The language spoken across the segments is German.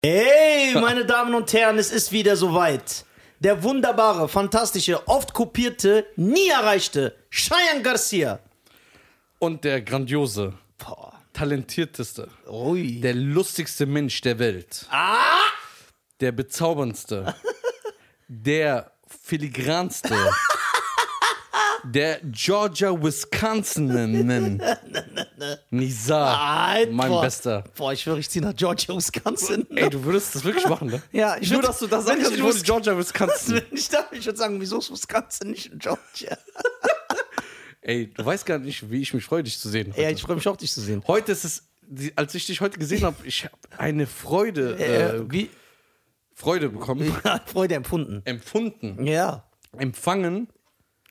Hey, meine Damen und Herren, es ist wieder soweit. Der wunderbare, fantastische, oft kopierte, nie erreichte Cheyenne Garcia. Und der grandiose, Boah. talentierteste, Ui. der lustigste Mensch der Welt, der bezauberndste, der filigranste, der Georgia Wisconsin Nisa, Alter. mein Bester. Boah, ich schwöre, ich ziehe nach Georgia, Wisconsin. Ey, du würdest das wirklich machen, ne? Ja, ich Nur, würd- dass du das wenn sagst, ich ich in wurde Georgia Wisconsin. Wenn ich da, ich würde sagen, wieso ist Wisconsin nicht in Georgia? Ey, du weißt gar nicht, wie ich mich freue, dich zu sehen. Heute. Ja, ich freue mich auch, dich zu sehen. heute ist es, die- als ich dich heute gesehen habe, ich habe eine Freude, äh, Äh, wie? Freude bekommen, Freude empfunden. empfunden. Ja. empfangen,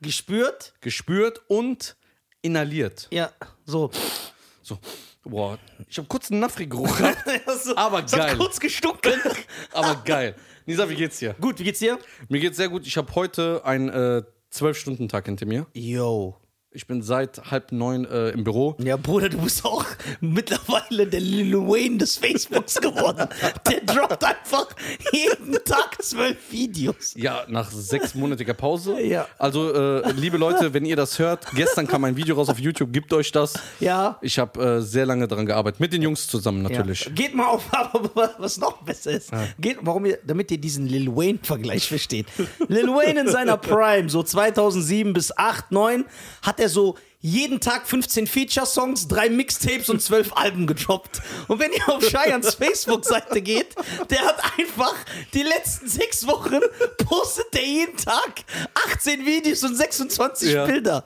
Gespürt? gespürt und inhaliert. Ja, so. So, boah, ich habe kurz einen Nafri-Geruch gehabt, so Aber es geil. Hat kurz gestunken. aber geil. Nisa, wie geht's dir? Gut, wie geht's dir? Mir geht's sehr gut. Ich habe heute einen äh, 12-Stunden-Tag hinter mir. Yo. Ich bin seit halb neun äh, im Büro. Ja, Bruder, du bist auch mittlerweile der Lil Wayne des Facebooks geworden. Der droppt einfach jeden Tag zwölf Videos. Ja, nach sechsmonatiger Pause. Ja. Also, äh, liebe Leute, wenn ihr das hört, gestern kam ein Video raus auf YouTube, gebt euch das. Ja. Ich habe äh, sehr lange daran gearbeitet, mit den Jungs zusammen natürlich. Ja. Geht mal auf, aber was noch besser ist, geht, warum ihr, damit ihr diesen Lil Wayne-Vergleich versteht. Lil Wayne in seiner Prime, so 2007 bis 8, 9, hat er so jeden Tag 15 Feature-Songs, drei Mixtapes und 12 Alben gedroppt. Und wenn ihr auf Cheyennes Facebook-Seite geht, der hat einfach die letzten sechs Wochen postet der jeden Tag 18 Videos und 26 Ja. Bilder.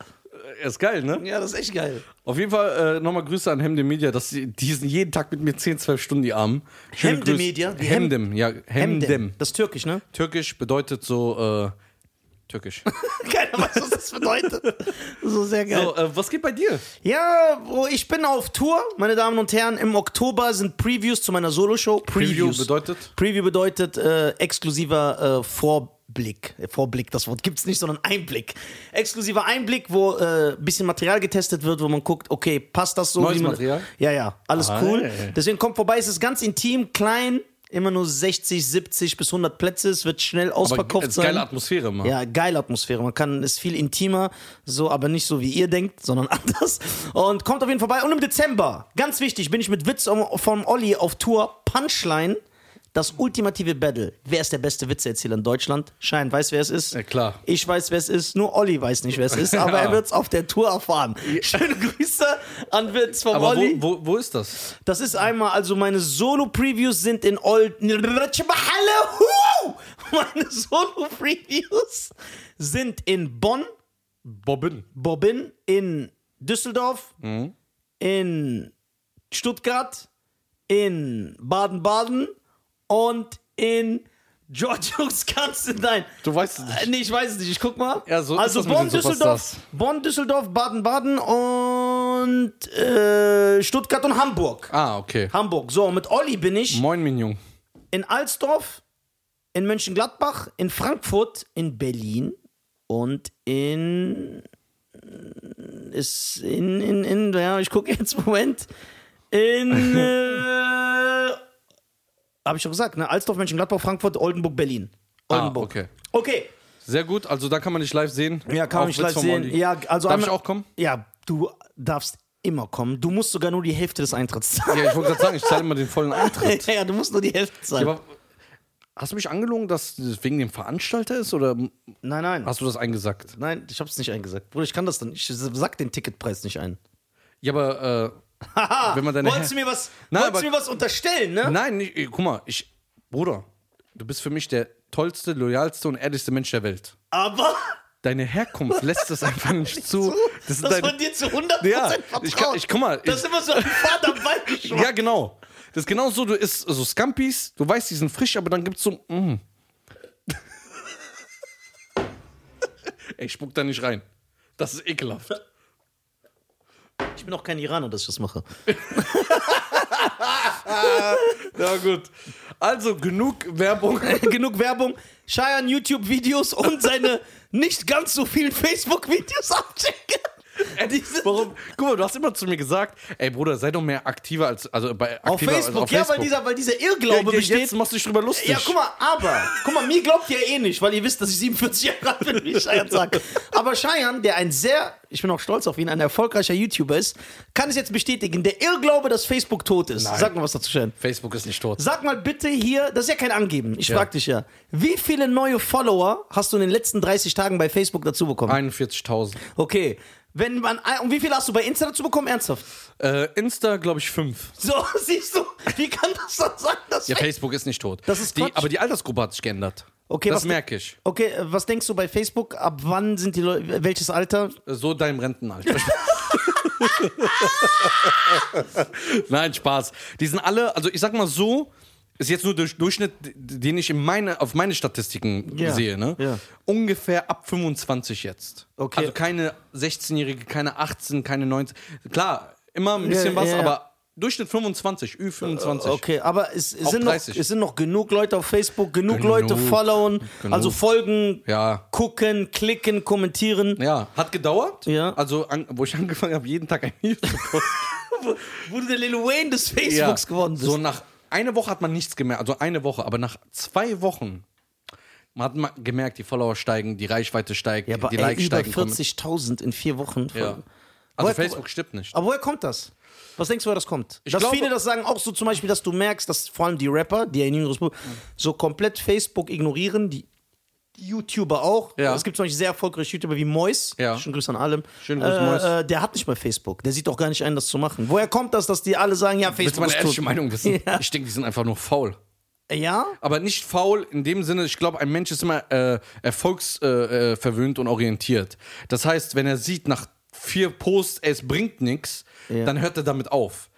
Ist geil, ne? Ja, das ist echt geil. Auf jeden Fall äh, nochmal Grüße an Hemde Media, dass die, die sind jeden Tag mit mir 10, 12 Stunden die Armen. Schöne Hemde Grüße. Media? Die Hem- Hemdem, ja, Hemdem. Das ist türkisch, ne? Türkisch bedeutet so, äh, türkisch. Keiner weiß, was das bedeutet. So sehr geil. so, äh, was geht bei dir? Ja, Bro, ich bin auf Tour, meine Damen und Herren. Im Oktober sind Previews zu meiner Solo-Show. Preview Previews bedeutet? Preview bedeutet äh, exklusiver äh, Vorblick. Äh, Vorblick, das Wort gibt's nicht, sondern Einblick. Exklusiver Einblick, wo ein äh, bisschen Material getestet wird, wo man guckt, okay, passt das so? Neues wie man, Material? Ja, ja, alles Ah, cool. ey. Deswegen kommt vorbei, es ist ganz intim, klein, immer nur 60, 70 bis 100 Plätze. Es wird schnell ausverkauft ist sein. äh, geile Atmosphäre, Mann. Ja, geile Atmosphäre. Man kann, ist viel intimer, so, aber nicht so wie ihr denkt, sondern anders. Und kommt auf jeden Fall vorbei. Und im Dezember, ganz wichtig, bin ich mit Witz um- vom Olli auf Tour Punchline. Das ultimative Battle. Wer ist der beste Witzeerzähler in Deutschland? Schein weiß, wer es ist. Ja, klar. Ich weiß, wer es ist. Nur Olli weiß nicht, wer es ist. Aber Ja. er wird es auf der Tour erfahren. Schöne Grüße an Witz vom Aber Olli. wo, wo, wo ist das? Das ist einmal, also meine Solo-Previews sind in Old. Hallo! Meine Solo-Previews sind in Bonn, Bobbin. Bobbin, in Düsseldorf, Mhm. in Stuttgart, in Baden-Baden und in Georgia, Wisconsin. Nein. Du weißt es Äh, nicht. Nee, ich weiß es nicht. Ich guck mal. Ja, so ist also das mit Bonn, den Düsseldorf, Superstars. Bonn, Düsseldorf, Baden-Baden und äh, Stuttgart und Hamburg. Ah, okay. Hamburg. So, mit Olli bin ich Moin, Mignon. in Alsdorf, in Mönchengladbach, in Frankfurt, in Berlin und in. Ist in, in, in ja, ich gucke jetzt, Moment. In. Äh, Habe ich schon gesagt, ne? Alsdorf, Mönchengladbach, Frankfurt, Oldenburg, Berlin. Ah, Oldenburg. okay. Okay. Sehr gut, also da kann man dich live sehen. Ja, kann Auf man nicht Witz live vom sehen. Olli. Ja, also Darf einmal- ich auch kommen? Ja, du darfst immer kommen. Du musst sogar nur die Hälfte des Eintritts zahlen. Ja, ich wollte gerade sagen, ich zahle immer den vollen Eintritt. Ja, ja, du musst nur die Hälfte zahlen. Aber hast du mich angelogen, dass das wegen dem Veranstalter ist oder nein, nein. hast du das eingesagt? Nein, ich hab's nicht eingesagt. Bruder, ich kann das dann. Ich sag den Ticketpreis nicht ein. Ja, aber äh, wenn man deine Wolltest du mir was, Nein, wolltest du aber- mir was unterstellen, ne? äh, Nein, nicht, guck mal, ich Bruder, du bist für mich der tollste, loyalste und ehrlichste Mensch der Welt. Aber Deine Herkunft lässt es einfach nicht zu. Das das, ist deine, von dir zu 100% Ja, vertraut. ich kann- ich- guck mal, das ist immer so ein Vater ja, genau. Das ist genau so, du isst so Scampis, du weißt, die sind frisch, aber dann gibt's so mm. Ey, spuck da nicht rein. Das ist ekelhaft. Ich bin auch kein Iraner, dass ich das mache. Ja, gut. Also genug Werbung. Genug Werbung. Cheyenne YouTube-Videos und seine nicht ganz so vielen Facebook-Videos abchecken. Genau, Warum? Guck mal, du hast immer zu mir gesagt, ey Bruder, sei doch mehr aktiver als also bei aktiver Auf Facebook, als auf ja, Facebook. Weil, dieser, weil dieser ja, Irrglaube ja, besteht. jetzt machst du dich drüber lustig. Ja, guck mal, aber, guck mal, mir glaubt ihr eh nicht, weil ihr wisst, dass ich 47 Jahre alt bin, wie Scheiern sagt. Aber Scheiern, der ein sehr, ich bin auch stolz auf ihn, ein erfolgreicher YouTuber ist, kann es jetzt bestätigen. Der Irrglaube, dass Facebook tot ist. Sag mal was dazu, Scheiern. Facebook ist nicht tot. Sag mal bitte hier, das ist ja kein Angeben, ich Ja. frag dich ja. Wie viele neue Follower hast du in den letzten 30 Tagen bei Facebook dazu bekommen? 41.000. Okay. Wenn man, und wie viele hast du bei Insta dazu bekommen? Ernsthaft? Äh, Insta, glaube ich, 5. So, siehst du, wie kann das dann sein? Dass Ja, Facebook ist nicht tot. Das ist die, Quatsch. Aber die Altersgruppe hat sich geändert. Okay, das was- merke ich. Okay, äh, was denkst du bei Facebook? Ab wann sind die Leute, welches Alter? So deinem Rentenalter. Nein, Spaß. Die sind alle, also ich sag mal so, ist jetzt nur der Durchschnitt, den ich in meine, auf meine Statistiken Ja, sehe, ne? ja. Ungefähr ab 25 jetzt. Okay. Also keine 16-Jährige, keine 18, keine 19. Klar, immer ein bisschen Ja, was, ja, ja. aber Durchschnitt 25, Ü25. Okay, aber es, es, sind noch, 30. es sind noch genug Leute auf Facebook, genug, Genug, Leute followen, genug. also folgen, Ja. gucken, klicken, kommentieren. Ja, hat gedauert. Ja. Also, an, wo ich angefangen habe, jeden Tag ein Video zu posten. Wo du der Lil Wayne des Facebooks geworden bist. So nach einer Woche hat man nichts gemerkt, also eine Woche, aber nach zwei Wochen man hat man gemerkt, die Follower steigen, die Reichweite steigt, ja, aber die ey, Likes über steigen. kommen. 40.000 in vier Wochen. ja. Also Woher- Facebook stimmt nicht. Aber woher kommt das? Was denkst du, woher das kommt? dass glaube- viele das sagen, auch so zum Beispiel, dass du merkst, dass vor allem die Rapper, die ja in jüngeres Publikum, so komplett Facebook ignorieren, die YouTuber auch. Ja. Es gibt zum Beispiel sehr erfolgreiche YouTuber wie Mois. Ja. Schönen Grüße an allem. Schönen Gruß, äh, Mois. Äh, der hat nicht mal Facebook. Der sieht auch gar nicht ein, das zu machen. Woher kommt das, dass die alle sagen, ja, Willst Facebook du meine ist ehrliche tot? Meinung wissen? Ja. Ich denke, die sind einfach nur faul. Ja? Aber nicht faul in dem Sinne, ich glaube, ein Mensch ist immer äh, erfolgsverwöhnt äh, äh, verwöhnt und orientiert. Das heißt, wenn er sieht, nach vier Posts, ey, es bringt nichts, Ja. dann hört er damit auf.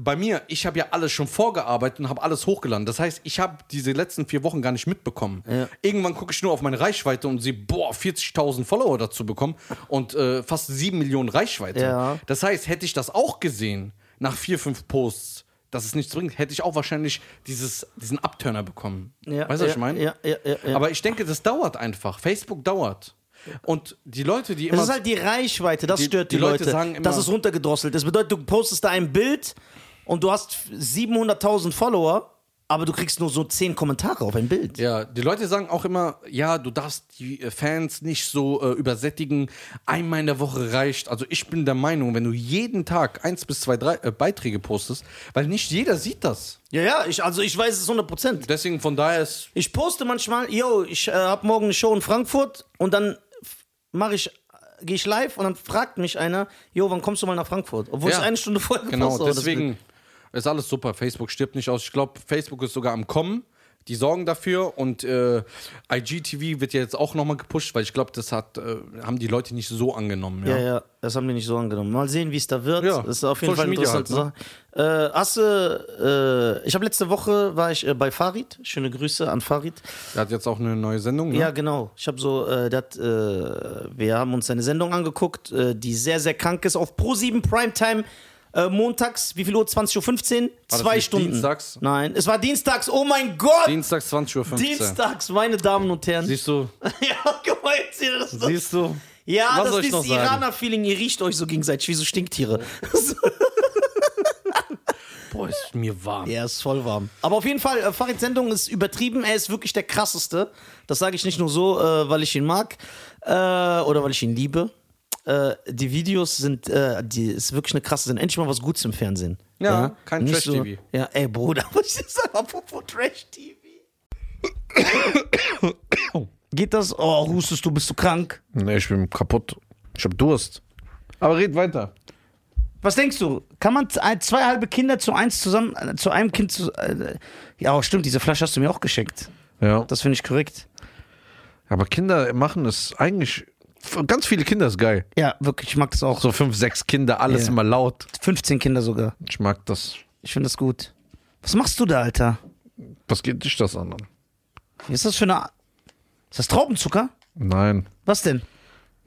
Bei mir, ich habe ja alles schon vorgearbeitet und habe alles hochgeladen. Das heißt, ich habe diese letzten vier Wochen gar nicht mitbekommen. Irgendwann gucke ich nur auf meine Reichweite und sehe, boah, 40.000 Follower dazu bekommen und äh, fast 7 Millionen Reichweite. Ja. Das heißt, hätte ich das auch gesehen, nach vier, fünf Posts, dass es nichts bringt, hätte ich auch wahrscheinlich dieses, diesen Abturner bekommen. ja weißt du, ja, was ich meine? Ja, ja, ja, ja. Aber ich denke, das dauert einfach. Facebook dauert. Und die Leute, die Das immer. ist halt die Reichweite, das Die- stört die, die Leute. Leute sagen immer- das ist runtergedrosselt. Das bedeutet, du postest da ein Bild und du hast 700.000 Follower, aber du kriegst nur so 10 Kommentare auf ein Bild. ja, die Leute sagen auch immer, ja, du darfst die äh, Fans nicht so äh, übersättigen. Einmal in der Woche reicht. Also ich bin der Meinung, wenn du jeden Tag eins bis zwei drei, äh, Beiträge postest, weil nicht jeder sieht das. Ja, ja, ich, also ich weiß es 100%. Deswegen von daher ist Ich poste manchmal, yo, ich äh, habe morgen eine Show in Frankfurt und dann mache ich gehe ich live und dann fragt mich einer, jo, wann kommst du mal nach Frankfurt? Obwohl Ja. ich eine Stunde vorher Genau, gepostet habe, das Bild. deswegen ist alles super. Facebook stirbt nicht aus. Ich glaube, Facebook ist sogar am Kommen. Die sorgen dafür und äh, IGTV wird ja jetzt auch nochmal gepusht, weil ich glaube, das hat, äh, haben die Leute nicht so angenommen. Ja. Ja, ja, das haben die nicht so angenommen. Mal sehen, wie es da wird. Ja, das ist auf jeden Social Fall eine Media interessante halt, Sache. Äh, Asse, äh, ich habe letzte Woche war ich äh, bei Farid. Schöne Grüße an Farid. Der hat jetzt auch eine neue Sendung. Ne? Ja, genau. Ich habe so, äh, der hat, äh, wir haben uns seine Sendung angeguckt, äh, die sehr, sehr krank ist. Auf Pro7 Primetime äh, montags, wie viel Uhr? 20.15 Uhr? das Zwei nicht Stunden. dienstags? Nein, es war dienstags. Oh mein Gott! Dienstags 20.15 Uhr. Dienstags, meine Damen und Herren. Siehst du, ja, guck mal, jetzt hier, das, das siehst du. ja, Was das soll ist ich noch dieses sagen? Iraner-Feeling, ihr riecht euch so gegenseitig wie so Stinktiere. Boah, ist mir warm. ja, ist voll warm. Aber auf jeden Fall, äh, Farids Sendung ist übertrieben, er ist wirklich der krasseste. Das sage ich nicht nur so, äh, weil ich ihn mag äh, oder weil ich ihn liebe. Äh, die Videos sind, äh, die ist wirklich eine krasse Sendung. Endlich mal was Gutes im Fernsehen. Ja, kein Nicht so- Trash-TV. Ja, ey Bruder, was ist das? Apropos Trash-TV. Geht das? Oh, hustest du, bist du krank? Nee, ich bin kaputt. Ich hab Durst. Aber red weiter. Was denkst du? Kann man z- ein- zwei halbe Kinder zu eins zusammen, äh, zu einem Kind zu. äh, Ja, stimmt, diese Flasche hast du mir auch geschenkt. Ja, Das finde ich korrekt. aber Kinder machen es eigentlich. Ganz viele Kinder ist geil. Ja, wirklich, ich mag das auch. So fünf, sechs Kinder, alles Ja. immer laut. 15 Kinder sogar. Ich mag das. Ich finde das gut. Was machst du da, Alter? Was geht dich das an? Was ist das für eine. Ist das Traubenzucker? Nein. Was denn?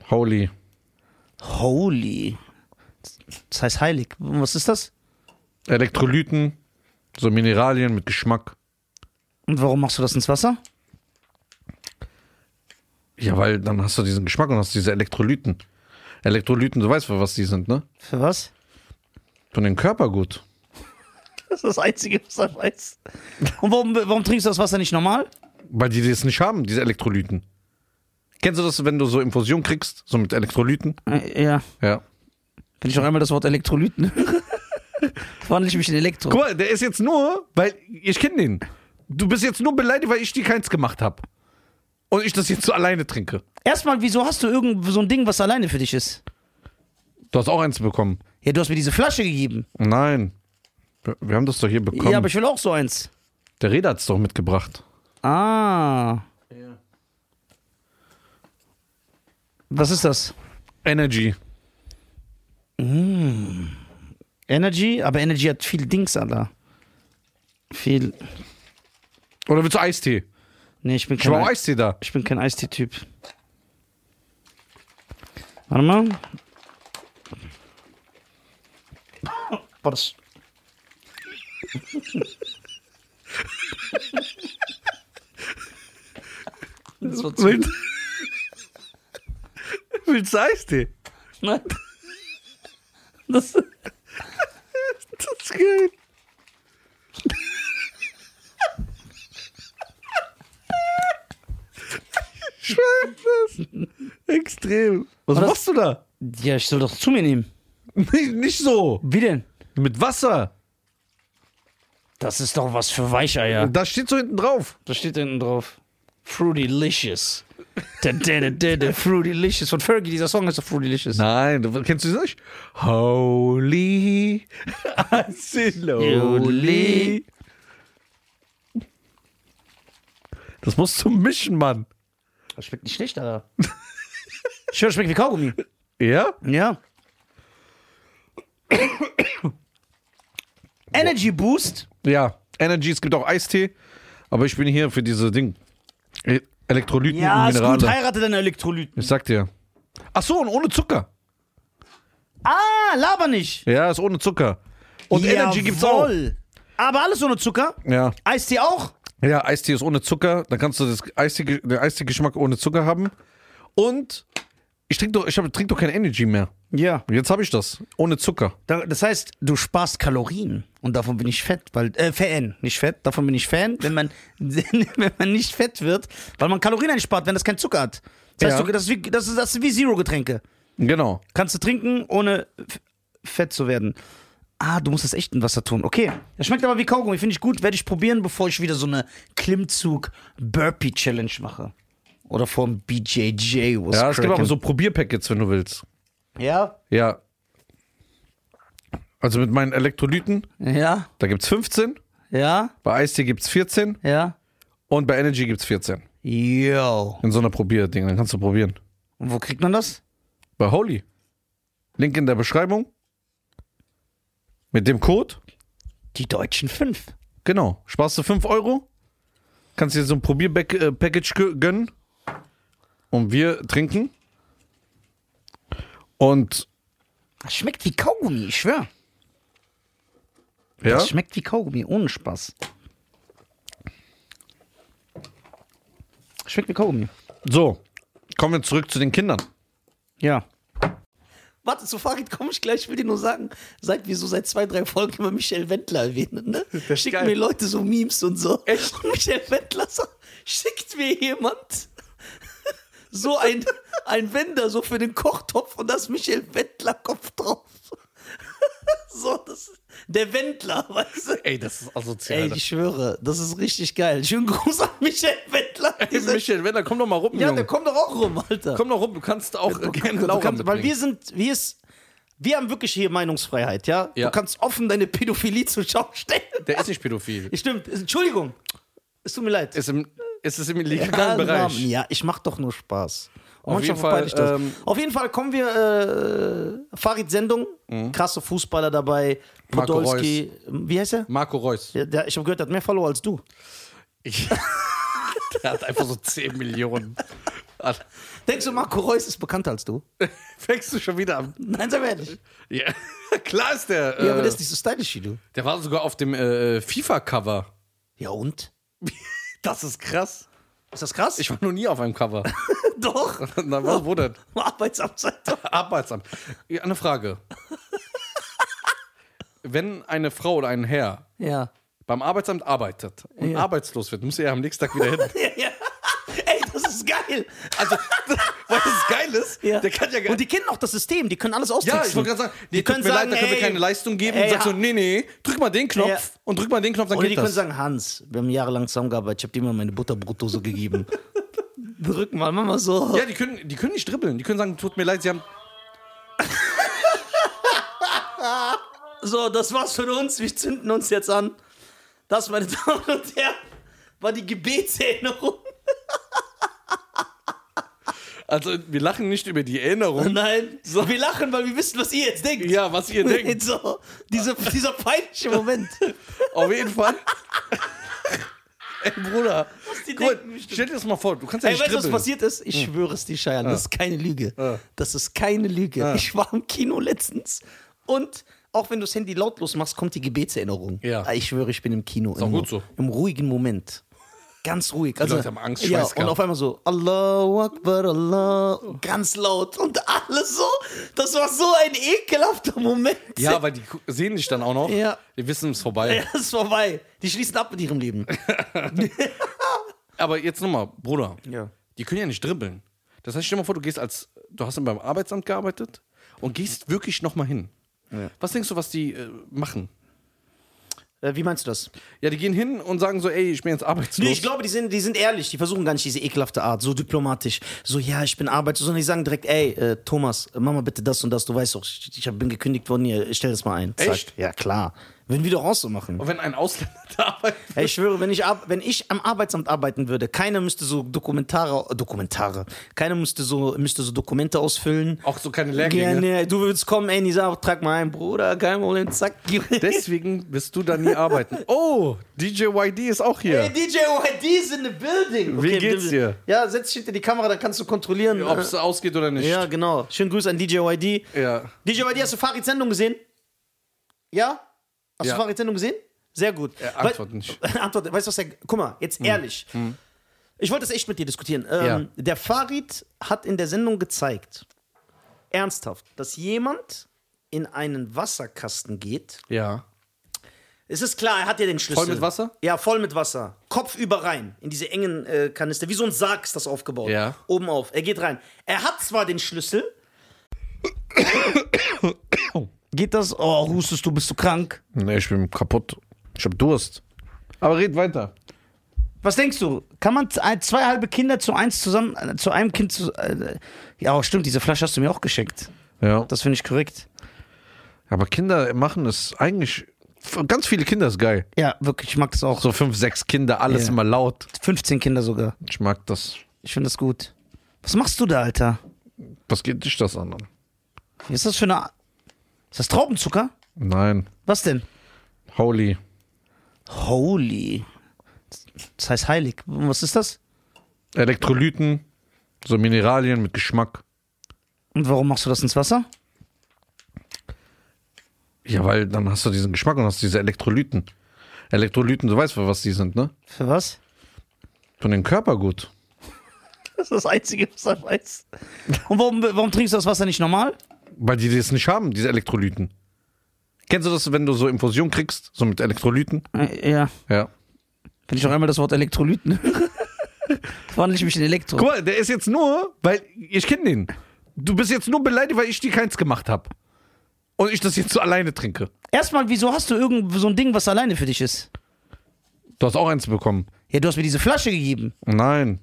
Holy. Holy. Das heißt heilig. Was ist das? Elektrolyten, so Mineralien mit Geschmack. Und warum machst du das ins Wasser? Ja, weil dann hast du diesen Geschmack und hast diese Elektrolyten. Elektrolyten, du weißt, für was die sind, ne? Für was? Von den Körpergut. Das ist das Einzige, was er weiß. Und warum, warum trinkst du das Wasser nicht normal? Weil die das nicht haben, diese Elektrolyten. Kennst du das, wenn du so Infusion kriegst, so mit Elektrolyten? Äh, Ja. Ja. Wenn ich noch einmal das Wort Elektrolyten höre, wandle ich mich in Elektro. Guck mal, der ist jetzt nur, weil ich kenne den. Du bist jetzt nur beleidigt, weil ich dir keins gemacht habe. Und ich das jetzt so alleine trinke. Erstmal, wieso hast du irgend so ein Ding, was alleine für dich ist? Du hast auch eins bekommen. Ja, du hast mir diese Flasche gegeben. Nein. Wir- Wir haben das doch hier bekommen. Ja, aber ich will auch so eins. der Reda hat es doch mitgebracht. Ah. Was ist das? Energy. Energy? Aber Energy hat viel Dings, Alter. Viel. Oder willst du Eistee? Nee, ich bin Ich war auch kein, Eistee da. ich bin kein Eistee-Typ. Warte mal. Boah, das Willst, willst du Eistee? Nein. Das, Das ist geil. Ich schwör das. Extrem. Was das- machst du da? ja, ich soll doch zu mir nehmen. Nicht, nicht so. Wie denn? Mit Wasser. Das ist doch was für Weicheier. Da steht so hinten drauf. Da steht hinten drauf. Fruitylicious. Der, der, der, der, der Fruitylicious. Von Fergie, dieser Song heißt doch Fruitylicious. Nein, du- kennst du das nicht? Holy. Holy. Das musst du mischen, Mann. Das schmeckt nicht schlecht, Alter. Ich höre, das schmeckt wie Kaugummi. Ja? Ja. Energy Boost. Ja, Energy, es gibt auch Eistee, aber ich bin hier für diese Ding. E- Elektrolyten Ja, und ist gut. Minerale. Heirate deine Elektrolyten. Ich sag dir. Ach so, und ohne Zucker. Ah, laber nicht. Ja, ist ohne Zucker. Und Energy gibt's auch. Jawohl. Aber alles ohne Zucker. Ja. Eistee auch? Ja, Eistee ist ohne Zucker, dann kannst du das Eistee, den Eistee-Geschmack ohne Zucker haben. Und ich trinke doch, ich hab- trink doch kein Energy mehr. Ja. Jetzt habe ich das. Ohne Zucker. Da- Das heißt, du sparst Kalorien und davon bin ich fett, weil äh, Fan, nicht fett, davon bin ich Fan, wenn man wenn man nicht fett wird, weil man Kalorien einspart, wenn das kein Zucker hat. Das heißt, Ja. du, das, ist wie, das, ist, das ist wie Zero Getränke. Genau. Kannst du trinken, ohne f- fett zu werden. Ah, du musst das echt in Wasser tun. Okay. Das schmeckt aber wie Kaugummi. Finde ich gut. Werde ich probieren, bevor ich wieder so eine Klimmzug-Burpee-Challenge mache. Oder vom BJJ. was Ja, es gibt aber cracken. so Probierpackets, wenn du willst. Ja? Ja. Also mit meinen Elektrolyten, Ja? da gibt's 15. Ja? Bei Eistee gibt es 14 Ja? und bei Energy gibt es 14. Yo. In so einer Probierding, dann kannst du probieren. Und wo kriegt man das? Bei Holy. Link in der Beschreibung. Mit dem Code, Die deutschen fünf. genau, sparst du 5 Euro. Kannst dir so ein Probierpackage gönnen. Und wir trinken. Und Das schmeckt wie Kaugummi, ich schwör. ja, Das schmeckt wie Kaugummi, ohne Spaß. Schmeckt wie Kaugummi. so. Kommen wir zurück zu den Kindern. Ja. Warte, zu Farid komme ich gleich. Ich will dir nur sagen, seit wir so seit zwei, drei Folgen immer Michel Wendler erwähnen, ne? Schicken geil. mir Leute so Memes und so. Echt? Und Michel Wendler so, schickt mir jemand so ein, ein Wender so für den Kochtopf und das Michel Wendler Kopf drauf. So, das ist der Wendler, weißt du? Ey, das ist asozial. Ey, ich schwöre, das ist richtig geil. Schönen Gruß an Michel Wendler. Diese- Michael, wenn, dann komm doch mal rum, ja, Junge. der kommt doch auch rum, Alter. Komm doch rum, du kannst Äh, auch gerne Du Laura kannst, weil wir mitbringen. sind, wir ist, wir haben wirklich hier Meinungsfreiheit, ja? Ja. Du kannst offen deine Pädophilie zur Schau stellen. Der ist nicht pädophil. Stimmt, es- Entschuldigung. Es tut mir leid. Ist, im, ist es im Ja, illegalen Rahmen. Bereich. Ja, ich mach doch nur Spaß. Und Auf manchmal jeden Fall, verpeil ich das. ähm, Auf jeden Fall kommen äh, wir, äh, Farid Sendung, Mhm. krasse Fußballer dabei, Marco Podolski, wie heißt er? Marco Reus. Der, der, ich habe gehört, der hat mehr Follower als du. Ich, der hat einfach so 10 Millionen. Hat- Denkst du, Marco Reus ist bekannter als du? Fängst du schon wieder an? Nein, sei mal Äh. ehrlich. Ja, klar ist der. Äh, Ja, aber der ist nicht so stylisch wie du. der äh, war sogar auf dem äh, FIFA-Cover. Ja und? Das ist krass. Ist das krass? Ich war noch nie auf einem Cover. Doch. Na, was, wo denn? Arbeitsamtszeitung. Arbeitsamt. Ja, eine Frage. Wenn eine Frau oder ein Herr Ja. beim Arbeitsamt arbeitet und arbeitslos wird, muss er ja am nächsten Tag wieder hin. ja, ja. Ey, das ist geil. Also, was das geil ist, Ja. der kann ja gar Und die kennen auch das System, die können alles austricksen. Ja, ich wollte gerade sagen, nee, die tut können mir sagen, leid, da können wir ey, keine Leistung geben. ey, und sagst so, ha- nee, nee, drück mal den Knopf Ja. und drück mal den Knopf, dann Oder die geht können das. sagen, Hans, wir haben jahrelang zusammengearbeitet, ich habe dir immer meine Butterbrotdose gegeben. Drück mal, mach mal so. ja, die können, die können nicht dribbeln. Die können sagen, tut mir leid, sie haben. So, das war's von uns, wir zünden uns jetzt an. Das, meine Damen und Herren, war die Gebetserinnerung. Also, wir lachen nicht über die Erinnerung. Nein, wir lachen, weil wir wissen, was ihr jetzt denkt. Ja, was ihr denkt. So, diese, dieser peinliche Moment. Auf jeden Fall. Ey, Bruder. die Guck mal, denken bestimmt. stell dir das mal vor, du kannst ja Ey, nicht weißt du, was dribbeln. passiert ist? Ich Hm. schwöre es dir, Scheiern. Das ist Ah. keine Lüge. Ja. Das ist keine Lüge. Ja. Ich war im Kino letztens und auch wenn du das Handy lautlos machst, kommt die Gebetserinnerung. Ah, Ja. Ich schwöre, ich bin im Kino. Ist auch gut so. Im ruhigen Moment. Ganz ruhig. Also, Leute haben Angst, ja, Schweiß und gehabt. auf einmal so, Allahu Akbar, Allah, ganz laut und alles so. Das war so ein ekelhafter Moment. Ja, weil die gu- sehen dich dann auch noch. Ja. Die wissen es ist vorbei. Ja, ist vorbei. Die schließen ab mit ihrem Leben. Aber jetzt nochmal, Bruder. Ja. Die können ja nicht dribbeln. Das heißt, stell dir mal vor, du gehst als, du hast dann beim Arbeitsamt gearbeitet und gehst wirklich nochmal hin. Was denkst du, was die äh, machen? Äh, Wie meinst du das? Ja, die gehen hin und sagen so, ey, ich bin jetzt arbeitslos. Nee, ich glaube, die sind, die sind ehrlich. Die versuchen gar nicht diese ekelhafte Art, so diplomatisch. So, ja, ich bin arbeitslos. Sondern die sagen direkt, ey, äh, Thomas, mach mal bitte das und das. Du weißt doch, ich, ich hab- bin gekündigt worden hier. Stell das mal ein. Zack. Echt? Ja, klar. Würden wir doch auch so machen. und wenn ein Ausländer da arbeitet, Ey, ich schwöre, wenn ich, ab, wenn ich am Arbeitsamt arbeiten würde, keiner müsste so Dokumentare, äh, Dokumentare, keiner müsste so, müsste so Dokumente ausfüllen. auch ne? so keine Lehrgänge. Gerne, du würdest kommen, ey, Nisa, trag mal ein, Bruder, kein Problem, zack. gib- Deswegen wirst du da nie arbeiten. Oh, DJ YD ist auch hier. Hey, DJ YD is in the building. Wie geht's dir? Ja, setz dich hinter die Kamera, dann kannst du kontrollieren. Ob es ausgeht oder nicht. Äh, Ja, genau. Schönen Grüß an DJ YD. Ja. DJ YD, hast du Farids Sendung gesehen? Ja? Hast Ja. du Farids Sendung gesehen? Sehr gut. Er antwortet nicht. Weil- Antwort, weißt du was? Der, guck mal, jetzt Hm. ehrlich. Ich wollte das echt mit dir diskutieren. Ähm, Der Farid hat in der Sendung gezeigt, ernsthaft, dass jemand in einen Wasserkasten geht. Ja. Es ist klar, er hat ja den Schlüssel. Voll mit Wasser? Ja, voll mit Wasser. Kopf über rein in diese engen äh, Kanister. Wie so ein Sarg ist das aufgebaut. Ja. Oben auf. Er geht rein. Er hat zwar den Schlüssel. geht das? Oh, hustest du, bist du krank? Nee, ich bin kaputt. Ich hab Durst. Aber red weiter. Was denkst du? Kann man z- ein- zwei halbe Kinder zu eins zusammen, äh, zu einem Kind zu. Äh, ja, stimmt, diese Flasche hast du mir auch geschenkt. Ja. Das finde ich korrekt. Aber Kinder machen es eigentlich. Ganz viele Kinder ist geil. Ja, wirklich, ich mag das auch. So fünf, sechs Kinder, alles Ja. immer laut. 15 Kinder sogar. Ich mag das. Ich finde das gut. Was machst du da, Alter? Was geht dich das an? Was ist das für eine. Ist das Traubenzucker? Nein. Was denn? Holy. Holy. Das heißt heilig. Was ist das? Elektrolyten, so Mineralien mit Geschmack. Und warum machst du das ins Wasser? Ja, weil dann hast du diesen Geschmack und hast diese Elektrolyten. Elektrolyten, du weißt, für was die sind, ne? Für was? Von den Körper gut. Das ist das Einzige, was er weiß. Und warum, warum trinkst du das Wasser nicht normal? Weil die das nicht haben, diese Elektrolyten. Kennst du das, wenn du so Infusion kriegst, so mit Elektrolyten? Äh, Ja. Ja. Wenn ich noch einmal das Wort Elektrolyten höre, wandle ich mich in Elektro. Guck mal, der ist jetzt nur, weil ich kenne den. Du bist jetzt nur beleidigt, weil ich dir keins gemacht habe. Und ich das jetzt so alleine trinke. Erstmal, wieso hast du irgend so ein Ding, was alleine für dich ist? Du hast auch eins bekommen. Ja, du hast mir diese Flasche gegeben. Nein.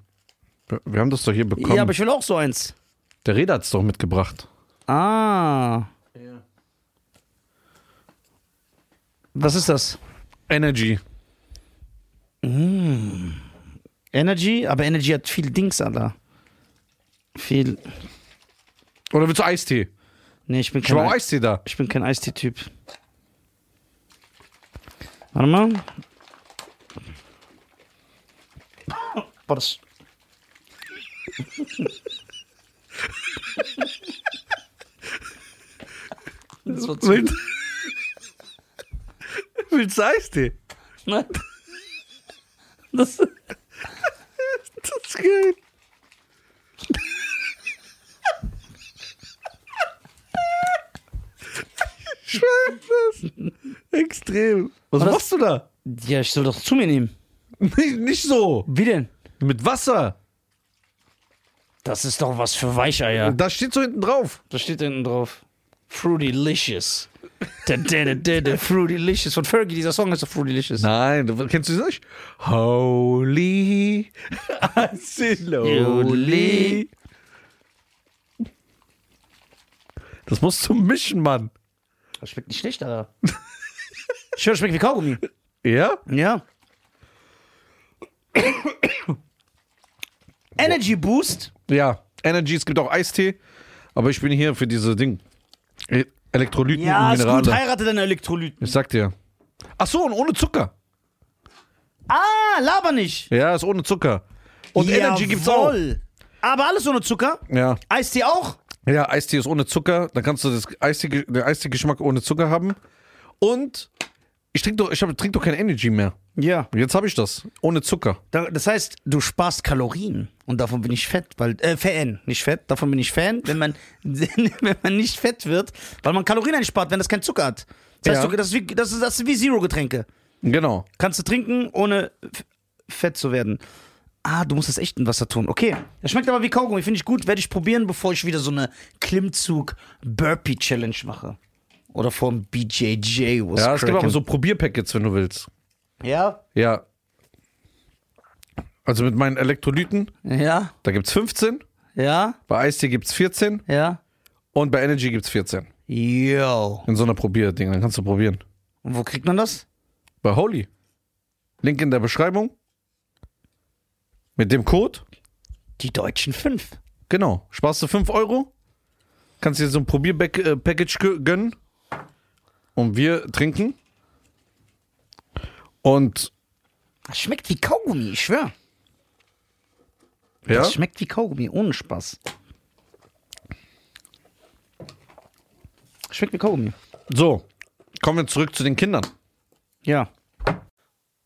Wir- Wir haben das doch hier bekommen. Ja, aber ich will auch so eins. der Reda hat es doch mitgebracht. Ah. Was ist das? Energy. Energy, aber Energy hat viel Dings, Alter. Viel. Oder willst du Eistee? Nee, ich bin Ich kein, war auch Ei- Eistee da. ich bin kein Eistee-Typ. Warte mal. Boah, das. das war zu. Willst, willst du Eistee? Nein. Das, geil. Ich weiß das. Extrem. Was das- machst du da? Ja, ich soll doch zu mir nehmen. Nicht, nicht so. Wie denn? Mit Wasser. Das ist doch was für Weicheier. Da steht so hinten drauf. Da steht hinten drauf. Fruitylicious. Da, da, da, da, da, Fruitylicious. Von Fergie, dieser Song heißt doch Fruitylicious. Nein, du- kennst du das nicht? Holy Asiloli. Das musst du mischen, Mann. Das schmeckt nicht schlecht, Alter. Ich höre, das schmeckt wie Kaugummi. Ja? Ja. Energy Boost. Ja. Energy, es gibt auch Eistee. Aber ich bin hier für diese Ding. E- Elektrolyten Ja, und ist gut. Minerale. Heirate deine Elektrolyten. Ich sag dir. Ach so, und ohne Zucker. Ah, laber nicht. Ja, ist ohne Zucker. Und Energy gibt's auch. Jawohl. Aber alles ohne Zucker. Ja. Eistee auch. Ja, Eistee ist ohne Zucker. Dann kannst du das Eistee, den Eistee-Geschmack ohne Zucker haben. Und ich trinke doch, ich hab- trink doch kein Energy mehr. Ja. Jetzt habe ich das. Ohne Zucker. Da- Das heißt, du sparst Kalorien und davon bin ich fett, weil äh, Fan, nicht fett, davon bin ich Fan, wenn man wenn man nicht fett wird, weil man Kalorien einspart, wenn das kein Zucker hat. Das heißt, Ja. du, das, ist wie, das, ist, das ist wie Zero Getränke. Genau. Kannst du trinken, ohne f- fett zu werden. Ah, du musst das echt in Wasser tun. Okay. Das schmeckt aber wie Kaugummi, finde ich gut, werde ich probieren, bevor ich wieder so eine Klimmzug Burpee Challenge mache. Oder vom BJJ. was Ja, es gibt cracken. aber so Probierpackets, wenn du willst. Ja, Ja. Also mit meinen Elektrolyten, ja, da gibt's 15. ja, Bei Eistee gibt's 14. ja. Und bei Energy gibt's 14. Yo. In so einer Probierding. Dann kannst du probieren. Und wo kriegt man das? Bei Holy. Link in der Beschreibung. Mit dem Code. Die deutschen fünf. Genau. Sparst du 5 Euro. Kannst dir so ein Probierpackage gönnen. Und wir trinken. Und Das schmeckt wie Kaugummi, ich schwör. ja, Das schmeckt wie Kaugummi, ohne Spaß. Schmeckt wie Kaugummi. so. Kommen wir zurück zu den Kindern. Ja.